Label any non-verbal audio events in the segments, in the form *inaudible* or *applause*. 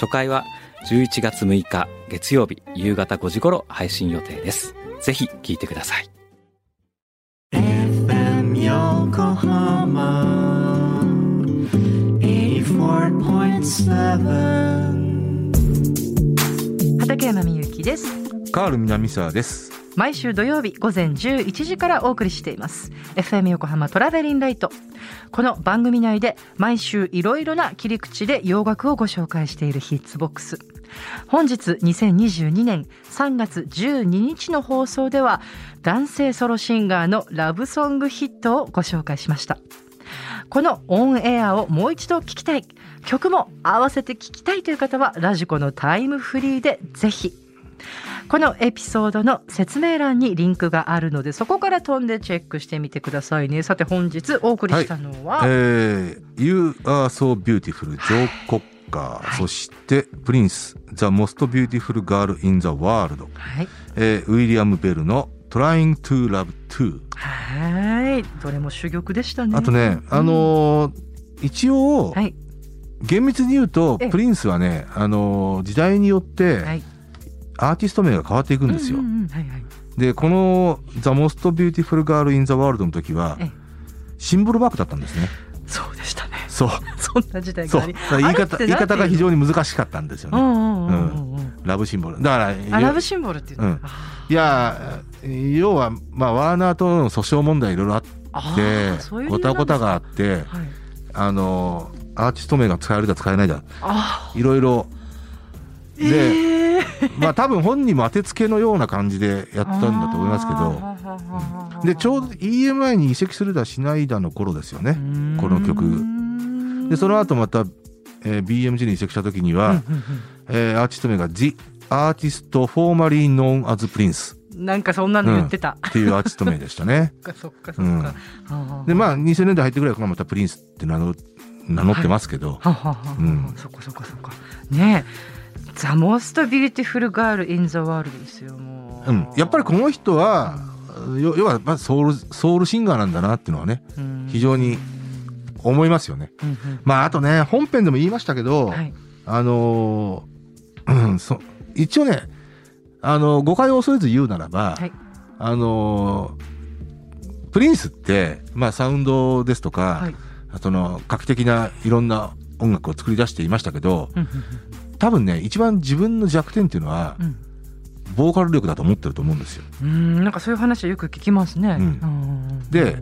初回は11月6日月曜日夕方5時頃配信予定ですぜひ聞いてください FM Yokohama 84.7畠山みゆきですカール南沢です。毎週土曜日午前11時からお送りしています FM 横浜トラベリンライトこの番組内で毎週いろいろな切り口で洋楽をご紹介しているヒッツボックス本日2022年3月12日の放送では男性ソロシンガーのラブソングヒットをご紹介しましたこのオンエアをもう一度聞きたい曲も合わせて聞きたいという方はラジコのタイムフリーでぜひこのエピソードの説明欄にリンクがあるのでそこから飛んでチェックしてみてくださいねさて本日お送りしたのは、えー、You are so beautiful ジョー・コッカー、はいそしてプリンス The most beautiful girl in the world、はいえーウィリアム・ベルの Trying to love too はいどれも珠玉でしたねあとね、あのー一応、はい厳密に言うとええプリンスはね、あのー時代によって、はいアーティスト名が変わっていくんですよ、うんうんうんはいはいでこの「The Most Beautiful Girl in the World」の時はええシンボルバックだったんですねそうでしたね *laughs* そうそんな時代そうがあだりから言いあれってなん方て言い方が非常に難しかったんですようね、んうんうんうんうんラブシンボル。だから、あラいブシンボルっていうのうんいや、要は、まあ、ワーナーとの訴訟問題いろいろあっあーそういて、うご理由なたんごたがあでってす、かはいあの、アーティスト名が使えるだ使えないだ、あいろいろ。ーで、えーまあ、多分本人も当てつけのような感じでやったんだと思いますけど、どで、ちょうど EMI に移籍するだしないだの頃ですよね。この曲で、その後また、えー BMG に移籍した時には、えーアーティスト名が The Artist Formerly Known as Prince なんかそんなの言ってた、っていうアーティスト名でしたね。そっかそっかそっか、うんはあはあでまあ2000年代入ってくらいからまたプリンスって名乗名乗ってますけど、はあはあはあうんそっかそっかそっかねえ「ザ・モースト・ビューティフル・ガール・イン・ザ・ワールド」ですよもう、うん、やっぱりこの人はよ要はまあソウルソウルシンガーなんだなっていうのはねうん非常に思いますよね。うんうんまああとね本編でも言いましたけど、はいあのーうん、そ一応ねあの誤解を恐れず言うならば、はいあのープリンスって、まあ、サウンドですとか、はいその画期的ないろんな音楽を作り出していましたけど、うん多分ね一番自分の弱点っていうのはうんボーカル力だと思ってると思うんですようんうんなんかそういう話はよく聞きますね、うんんで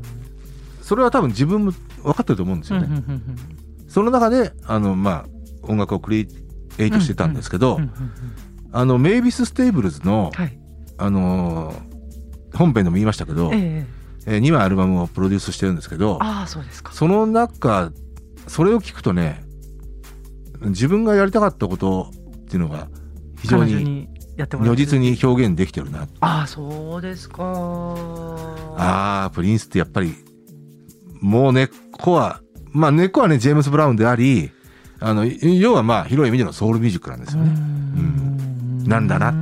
それは多分自分も分かってると思うんですうんようんね、その中であのまあ音楽をクリエイトしてたんですけど、うんうんうんうんあのメイビス・ステーブルズの、はいあのー本編でも言いましたけど、えええ2枚アルバムをプロデュースしてるんですけどああそうですかその中それを聞くとね自分がやりたかったことっていうのが非常彼女にやってもら如ってる実に表現できてるなああそうですかああ、プリンスってやっぱり、もう根っこは、まあ根っこはね、ジェームス・ブラウンであり、あの、い要はまあ広い意味でのソウルミュージックなんですよね。んなんだな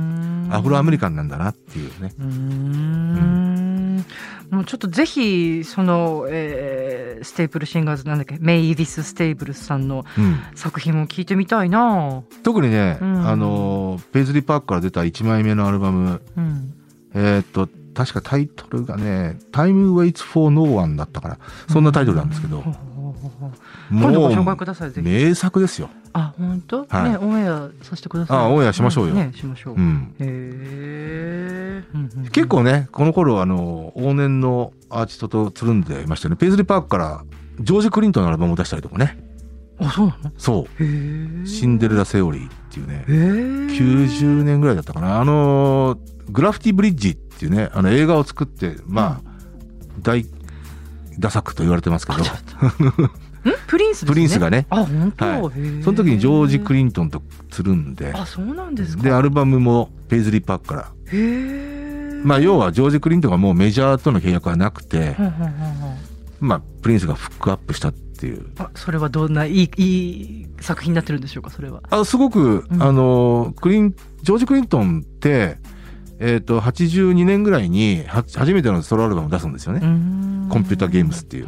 アフロアメリカカンなんだなっていうね。うーんもうちょっとぜひその、えーステープルシンガーズなんだっけメイ・イビス・ステーブルスさんのうん。作品も聞いてみたいな、特にね、うんあの、ペイズリー・パークから出た1枚目のアルバム、うん、えーっと、確かタイトルがね、Time Waits for No One だったから、そんなタイトルなんですけどほう、ほうほうほう今度もご紹介くう、ださいぜひ名作ですよ。あ本当、はいねオンエアさせてくださいあオンエアしましょうよねしましょう、うん。へえ、うんうんうん結構ねこの頃あの往年のアーティストとつるんでいましたよねペイズリー・パークからジョージ・クリントンのアルバムを出したりとかねあそうなのそへえう「シンデレラ・セオリー」っていうねへえ90年ぐらいだったかなあのグラフィティ・ブリッジっていうねあの映画を作ってまあ大打作と言われてますけど *laughs* プリンスですねプリンスがねあ本当、はいへーその時にジョージ・クリントンとつるんであそうなんですかでアルバムもペイズリー・パークから、へえまあ、要はジョージ・クリントンがもうメジャーとの契約はなくて、はんはんはんはんまあ、プリンスがフックアップしたっていうあそれはどんないいいい作品になってるんでしょうかそれはあすごく、うんあのクリンジョージ・クリントンって、えー、と82年ぐらいには初めてのソロアルバムを出すんですよね、コンンピューターゲームスっていう、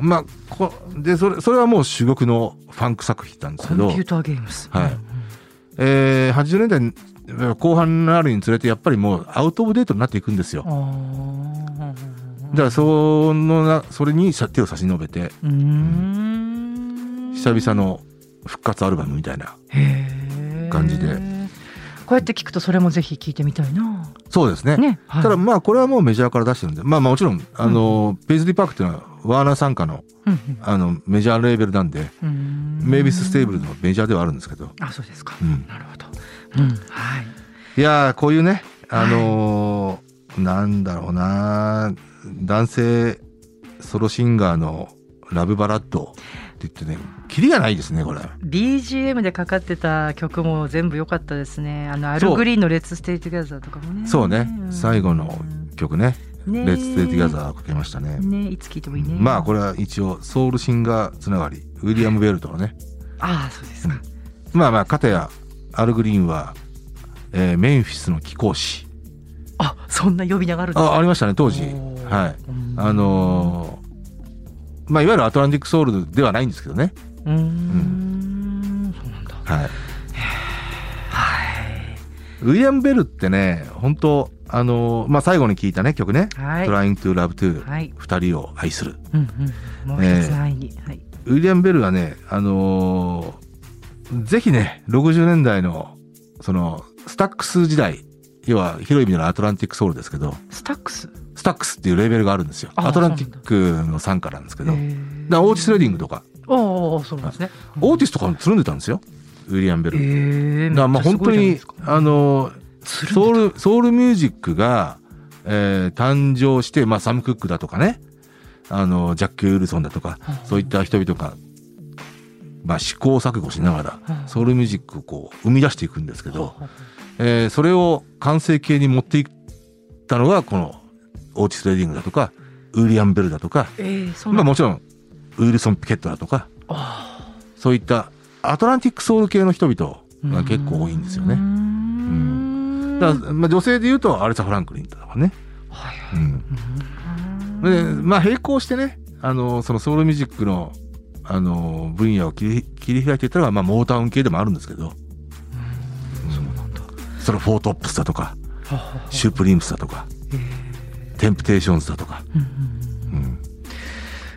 まあこでそれそれはもう主玉のファンク作品なんですコけンピどュー、ターゲームスはいうんえー、80年代後半になるにつれてやっぱりもうアウト・オブ・デートになっていくんですよ、あーだからそのなそれにさ手を差し伸べてうーん久々の復活アルバムみたいなへー感じでこうやって聞くとそれもぜひ聞いてみたいなそうですねね、はいただまあこれはもうメジャーから出してるんでまあまあもちろんあの、ペイズリー・パークっていうのはワーナー傘下のうんあのメジャーレーベルなんでうんうーんメイビス・ステーブルのメジャーではあるんですけど、あそうですか、うん、なるほど、うん、はいいやーこういうねあのーなんだろうな男性ソロシンガーのラブバラッドって言ってねキリがないですねこれ BGM でかかってた曲も全部良かったですねあのアそうルグリーンの「レッツ・ステイ・トゥ・ギャザー」とかもねそうね最後の曲ね「ねレッツ・デイ・ティ・ギャザー」かけましたねねいつ聴いてもいいねまあこれれは一応ソウルシンガーつながりウィリアム・ベルトのねああそうですか、まあまあ片やアルグリーンは、えーメンフィスの貴公子あそんな呼び名があるんですあありましたね当時おーはいうんあのーまあいわゆるアトランティックソウルではないんですけどねうーんそうなんだはいはいウィリアム・ベルってね本当あのーまあ最後に聴いたね曲ね「はい Trying to Love to はい、二人を愛するうんうん、もう一つ愛に、はいウィリアム・ベルはねあのーぜひね60年代のそのスタックス時代要は広い意味でのアトランティックソウルですけどスタックススタックスっていうレーベルがあるんですよ。あアトランティックの傘下なんですけど。だかーらオーティス・レディングとか、おおそうなんですねオーティスとかつるんでたんですよ。ウィリアム・ベル。ええだからまあ本当に、あの、ソウル、ソウルミュージックが、えー誕生して、まあサム・クックだとかね、あの、ジャック・ウィルソンだとか、そういった人々が、まあ試行錯誤しながら、ソウルミュージックをこう生み出していくんですけど、えーそれを完成形に持っていったのが、この、オーティス・レディングだとか、ウィリアム・ベルだとか、ええそうまなあんだもちろん、ウィルソン・ピケットだとか、そういったアトランティックソウル系の人々が結構多いんですようーね。んだからまあ、女性で言うとアレサ・フランクリンとかね。はいはうんでまあ並行してね、あの、そのソウルミュージックの、あの、分野を切り切り開いていったのが、まあモータウン系でもあるんですけど。そうなんだ。それフォートップスだとか、シュープリームスだとか、テンプテーションズだとか。うん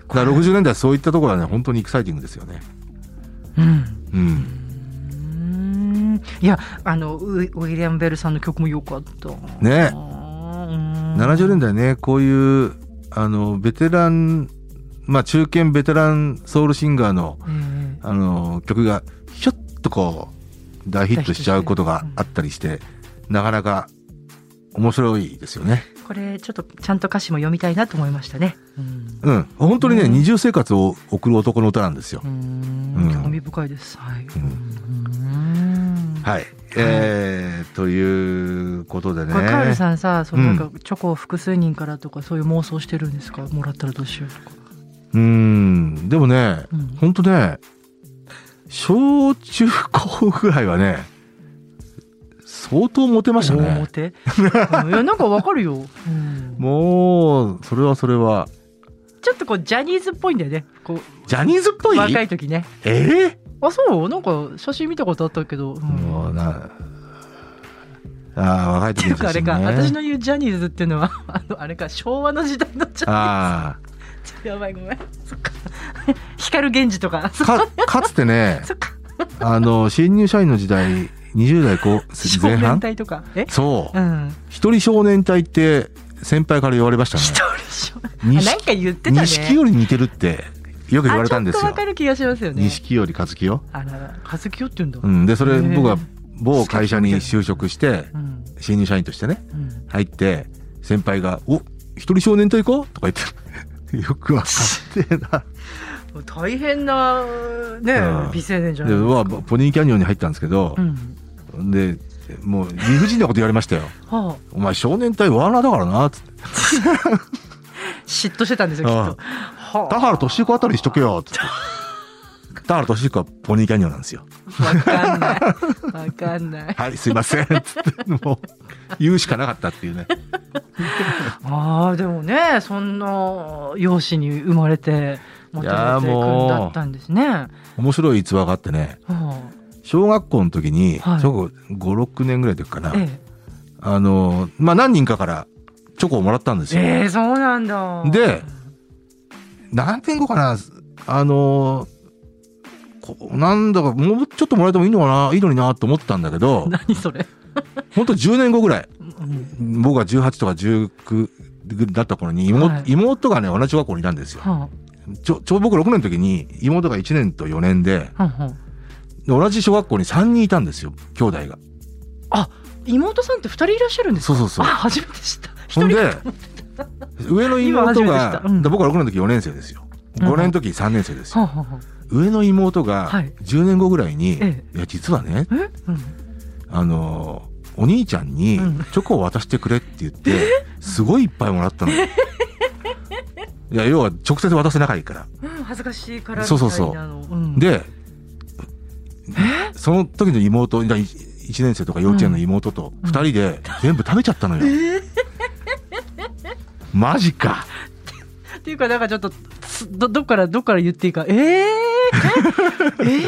だから60年代はそういったところはね、本当にエキサイティングですよね。いうんうん。うーんいやあのウィウィリアム・ベルさんの曲も良かったね70 70年代ねこういうあのベテランまあ中堅ベテランソウルシンガーのえあの曲がひょっとこう大ヒットしちゃうことがあったりしてなかなか面白いですよね。えこれちょっとちゃんと歌詞も読みたいなと思いましたねうんうん本当にね、うん二重生活を送る男の歌なんですよう。うんん興味深いですはい、うんはい、えー、ということでね。これカールさんさそのなんうかチョコを複数人からとかそういう妄想してるんですかもらったらどうしようとかうんでもね、うん本当ね小中高ぐらいはね相当モテました大ねモ *laughs* テうんいやなんかわかるよ、うんもうそれはそれはちょっとこうジャニーズっぽいんだよねこうジャニーズっぽい若い時ねえあそうなんか写真見たことあったけど、うんーもうなあー若いって時いのうかあ写れ真、ね、か、私の言うジャニーズっていうのは *laughs* あのあれか昭和の時代のジャニーあズやばいごめんそっか *laughs* 光源氏とかーそかかつてねそっかあの新入社員の時代20代後少前年半隊とかえそう、うん一人少年隊って先輩から言われましたね一人称あ錦なんか言ってたね錦より似てるってよく言われたんですあちょよっとわかる気がしますよね錦より和樹よ、あらら和樹よって言うんだ、うん、でそへれー僕は某会社に就職してうん新入社員としてねうん入って *laughs* 先輩が「お一人少年隊か?」とか言ってよくわかってえな大変なね、うん美青年じゃでないですまあか。ポニーキャニオンに入ったんですけどう、ん、でもう理不尽なこと言われましたよはあ、 「お前少年隊ワーナーだからな」つって嫉妬してたんですよきっあと。 「は田原俊彦あたりにしとけよ」 *laughs* つって田原俊彦はポニーキャニオンなんですよあ、わかんない。わかんない。はい、すいません。つって、もう、言うしかなかったっていうね。ああでもねそんな容姿に生まれてモテモテ君だったんですね。は面白い逸話があってね、あ、小学校の時に、はい小学校5、6年ぐらいの時かな、えあの、まあ、何人かからチョコをもらったんですえよ。ええそうなんだ。で何年後かな、あの、こなんだか、もうちょっともらえてもいいのかな、いいのになと思ったんだけど、何それ。ほんと10年後ぐらい、うん僕が18とか19だった頃に妹、はい妹がね、同じ小学校にいたんですよ。はちょ、ちょうど僕6年の時に、妹が1年と4年で、あはあはあで同じ小学校に3人いたんですよ兄弟が妹さんって二人いらっしゃるんですか。そうそうそうあ初めて知った。一ほん人で上の妹今初めてが知、ったうんで僕は6年の時4年生ですようん5年の時3年生ですはよ、あはあはあ上の妹がはい10年後ぐらいに、えいや実はねえうん。あのーお兄ちゃんにうんチョコを渡してくれって言って、すごいいっぱいもらったのいや要は直接渡せなきゃいいからうん、恥ずかしいからみたそいうなその。うそううん、でその時の妹だ1年生とか幼稚園の妹と2人で全部食べちゃったのよ、マジかっていうかなんかちょっとつどどっからどっから言っていいかえー、ええー、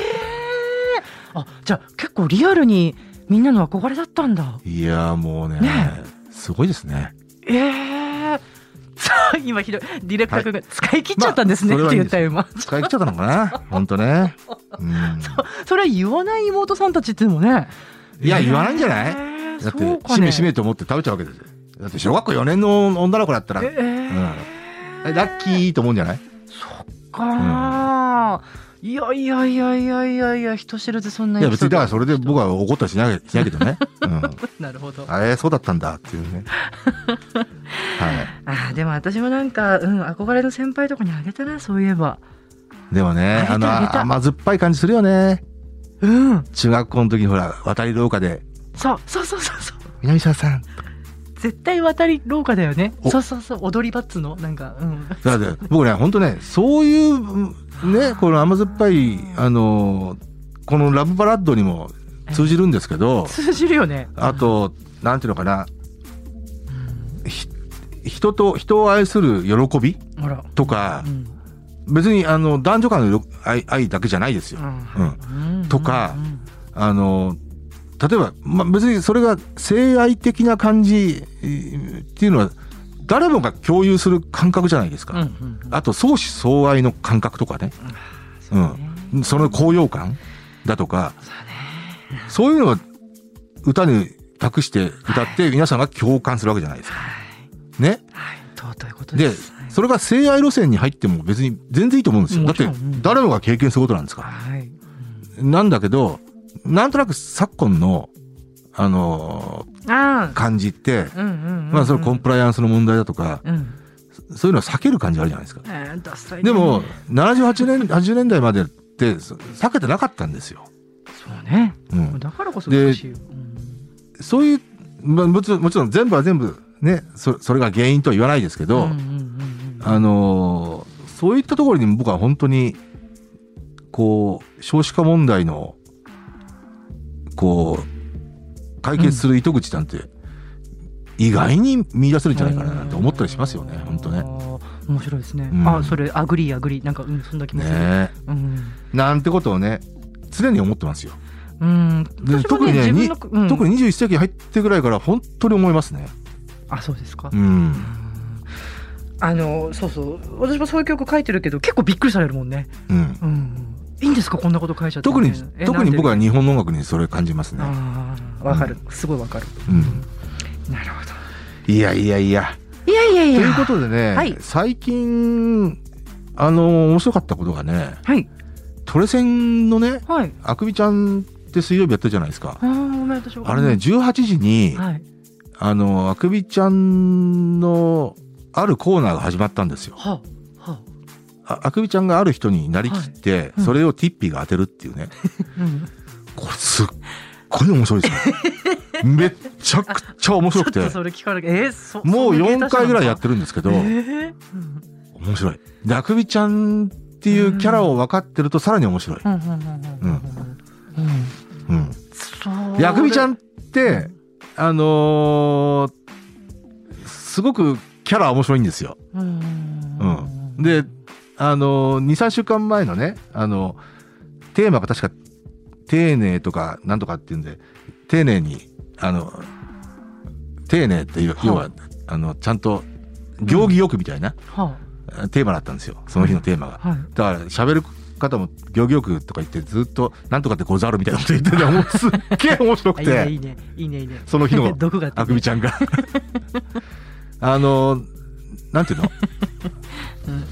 *laughs* あじゃあ結構リアルにみんなの憧れだったんだいやーもうねねすごいですね。ええー、 *laughs* さあ今ひどいディレクター君が使い切っちゃったんですね、まあって言ったよ今使い切っちゃったのか *laughs* な本当ね。うん、それは言わない妹さんたちっていうのもねいや言わないんじゃない、えーだって、そうかしねめしめと思って食べちゃうわけですよ。だって小学校4年の女の子だったら、えーえラッキーと思うんじゃないかーいやいやいやいやいやいや人知れずそんないや別にだからそれで僕はは怒ったりしないしないけどね。うん、なるほどあれそうだったんだってい *laughs* うね。はあーでも私もなんか、うん、憧れの先輩とかにあげたなそういえばい、でもねあげあたのあげた甘酸っぱい感じするよね。うん中学校の時にほら渡り廊下でそうそうそうそうそう南沢さん絶対渡り廊下だよねおそうそうそう踊りバッツのなんかうんだって僕ね本当ねそういううんねこの甘酸っぱいあのこのラブバラッドにも通じるんですけど通じるよねあとなんていうのかなひ人と人を愛する喜びほらとかうん別にあの男女間のよ愛愛だけじゃないですよ。うん、うんとかうんあの例えば、まあ、別にそれが性愛的な感じえーっていうのは誰もが共有する感覚じゃないですか。うんうんうんあと相思相愛の感覚とかね。そううねん、その高揚感だとか、そうねそういうのを歌に託して歌って皆さんが共感するわけじゃないですか。はいね。はい尊いことでで、すはいそれが性愛路線に入っても別に全然いいと思うんですよ。だもっちてろんうん誰もが経験することなんですから。はいなんだけど、なんとなく昨今の、あのあー感じって、あうんうんうんうんまあそのコンプライアンスの問題だとか、うんそういうのは避ける感じあるじゃないですか。あーダサいねでも、78年、80年代までってそ避けてなかったんですよ。そうねうん。だからこそで美しいようんそういう、まあ、もちろん、もちろん全部は全部ね、そそれが原因とは言わないですけど、うんうんうんうんあのーそういったところに僕は本当に、こう、少子化問題の、こう、解決する糸口なんて、意外に見出せるんじゃないかななんて思ったりしますよね、本当あね。ー。面白いですね。うんあ、それアグリーアグリーなんかうんそんな気もする。ねうん。えなんてことをね、常に思ってますよ。うん、で私も特にね自分のうん、特に21世紀入ってぐらいから本当に思いますね。あそうですか、うん。あのそうそう私もそういう曲書いてるけど結構びっくりされるもんね、うん。うん、いいんですかこんなこと書いちゃって特にみたいなえ、特に僕なんは日本の音楽にそれ感じますでね。あーわかる、すごいわかる、うんなるほいやいやいや。どいやいやいとやいうことでね、はい最近、あの、面白かったことがね、はいトレセンのね、はいあくびちゃんって水曜日やったじゃないですかあ。ーごめん私もあれね、18時に、はいあの、あくびちゃんのあるコーナーが始まったんですよ。はあはああくびちゃんがある人になりきって、うんそれをティッピーが当てるっていうねうんこれすっごい面白いですよ *laughs* めっちゃくちゃ面ちょ白っくてとそれ聞かれえーそもうそんな芸達者4な回のぐらいやってるんですけどえ面ーうん白いであくびちゃんっていうキャラを分かってるとさらに面白い、うんうんうんうんうんうんうん、そうであくびちゃんってあのーすごくキャラ面白いんですようんうん、で、あのー、23週間前のねあのテーマが確か「丁寧」とか「なんとか」っていうんで丁寧にあの丁寧っていう要は、あのちゃんと行儀よくみたいな、はテーマだったんですよその日のテーマが。あはいだから喋る方も行儀よくとか言ってずっと「なんとかってござる」みたいなこと言っててもうすっげえ面白 *laughs* あくいいねていいねいいねいいねその日の *laughs* 毒があってあくびちゃんがあのーなんていうのうん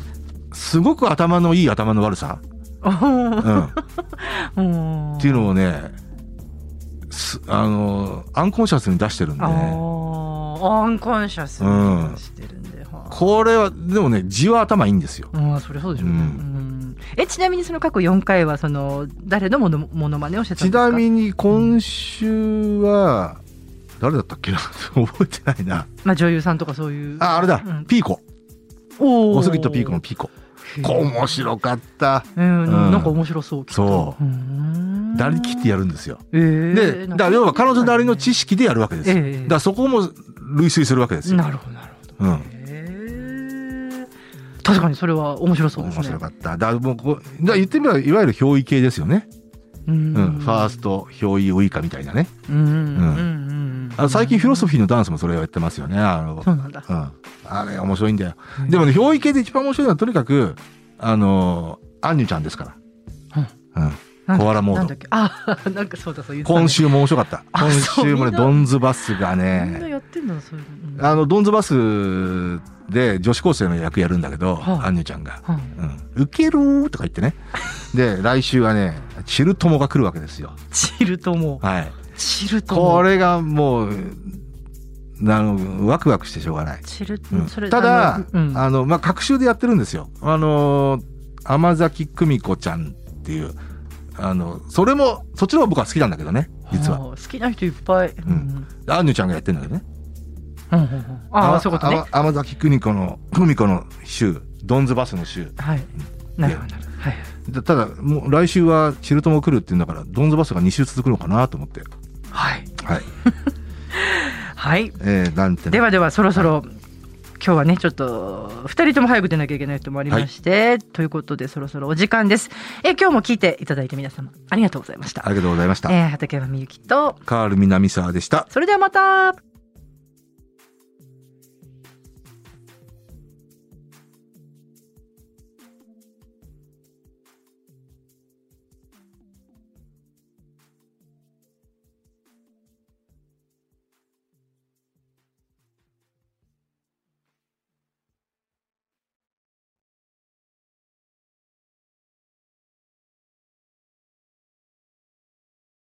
すごく頭のいい頭の悪さ、おーうん、っうんていうのをねすあのアンコンシャスに出してるんでねああアンコンシャスにしてるんで、はあこれはでもね字は頭いいんですようん、そりゃそうでしょうね、うんうんえちなみにその過去4回はその誰のものものまねをしてたんちですかなみに今週は誰だったっけな *laughs* 覚えてないなまあ、女優さんとかそういうああれだ、うんピーコおおすぎとピーコのピーコこう面白かったい、うんんなんか面白そうきっとそううんなりきってやるんですよえーでだから要は彼女なりの知識でやるわけですよ、ええだからそこも類推するわけですよなるほどなるほどうんへー確かにそれは面白そうですね面白かった。だからもうこうだから言ってみればいわゆる憑依系ですよね。ううんん、ファースト憑依ウイカみたいなね。うんうんうんうんあの最近フィロソフフィーのダンスもそれをやってますよね。あのそうなんだうん、あれ面白いんだよ。でもね憑依系で一番面白いのはとにかくあのアンニュちゃんですから。うん、コアラモなんーだドっ。けあ *laughs* なんかそうだそう言ってたね今週も面白かった。あ今そう週みもねんなドンズバスがみんなね、やってんだなそういうのあのドンズバスで女子高生の役やるんだけど、はいアンニュちゃんが。うんうん、ウケるーとか言ってね。で、来週はね、チル友が来るわけですよ。チルともはい。チルともこれがもう、あの、ワクワクしてしょうがない。チルうんそれただ、ああののうん、まあ、各週でやってるんですよ。あのー、甘崎久美子ちゃんっていう、あの、それも、そっちの方が僕は好きなんだけどね、実は。あー好きな人いっぱいうんんアンヌちゃんがやってるんだけどね。うんうんうんああそういうことねああ甘崎久美子の、久美子の週、ドンズバスの週。はいなるほどなるほどはいだただ、もう来週はチルトも来るっていうんだから、ドンズバスが2週続くのかなと思って。はいはい。はいえー、なんてねではではそろそろ今日はねちょっと2人とも早く出なきゃいけない人もありまして、ということでそろそろお時間ですえ今日も聞いていただいて皆様ありがとうございましあた、りがとうございました。えー、畠山みゆきとカール南沢でした。それではまた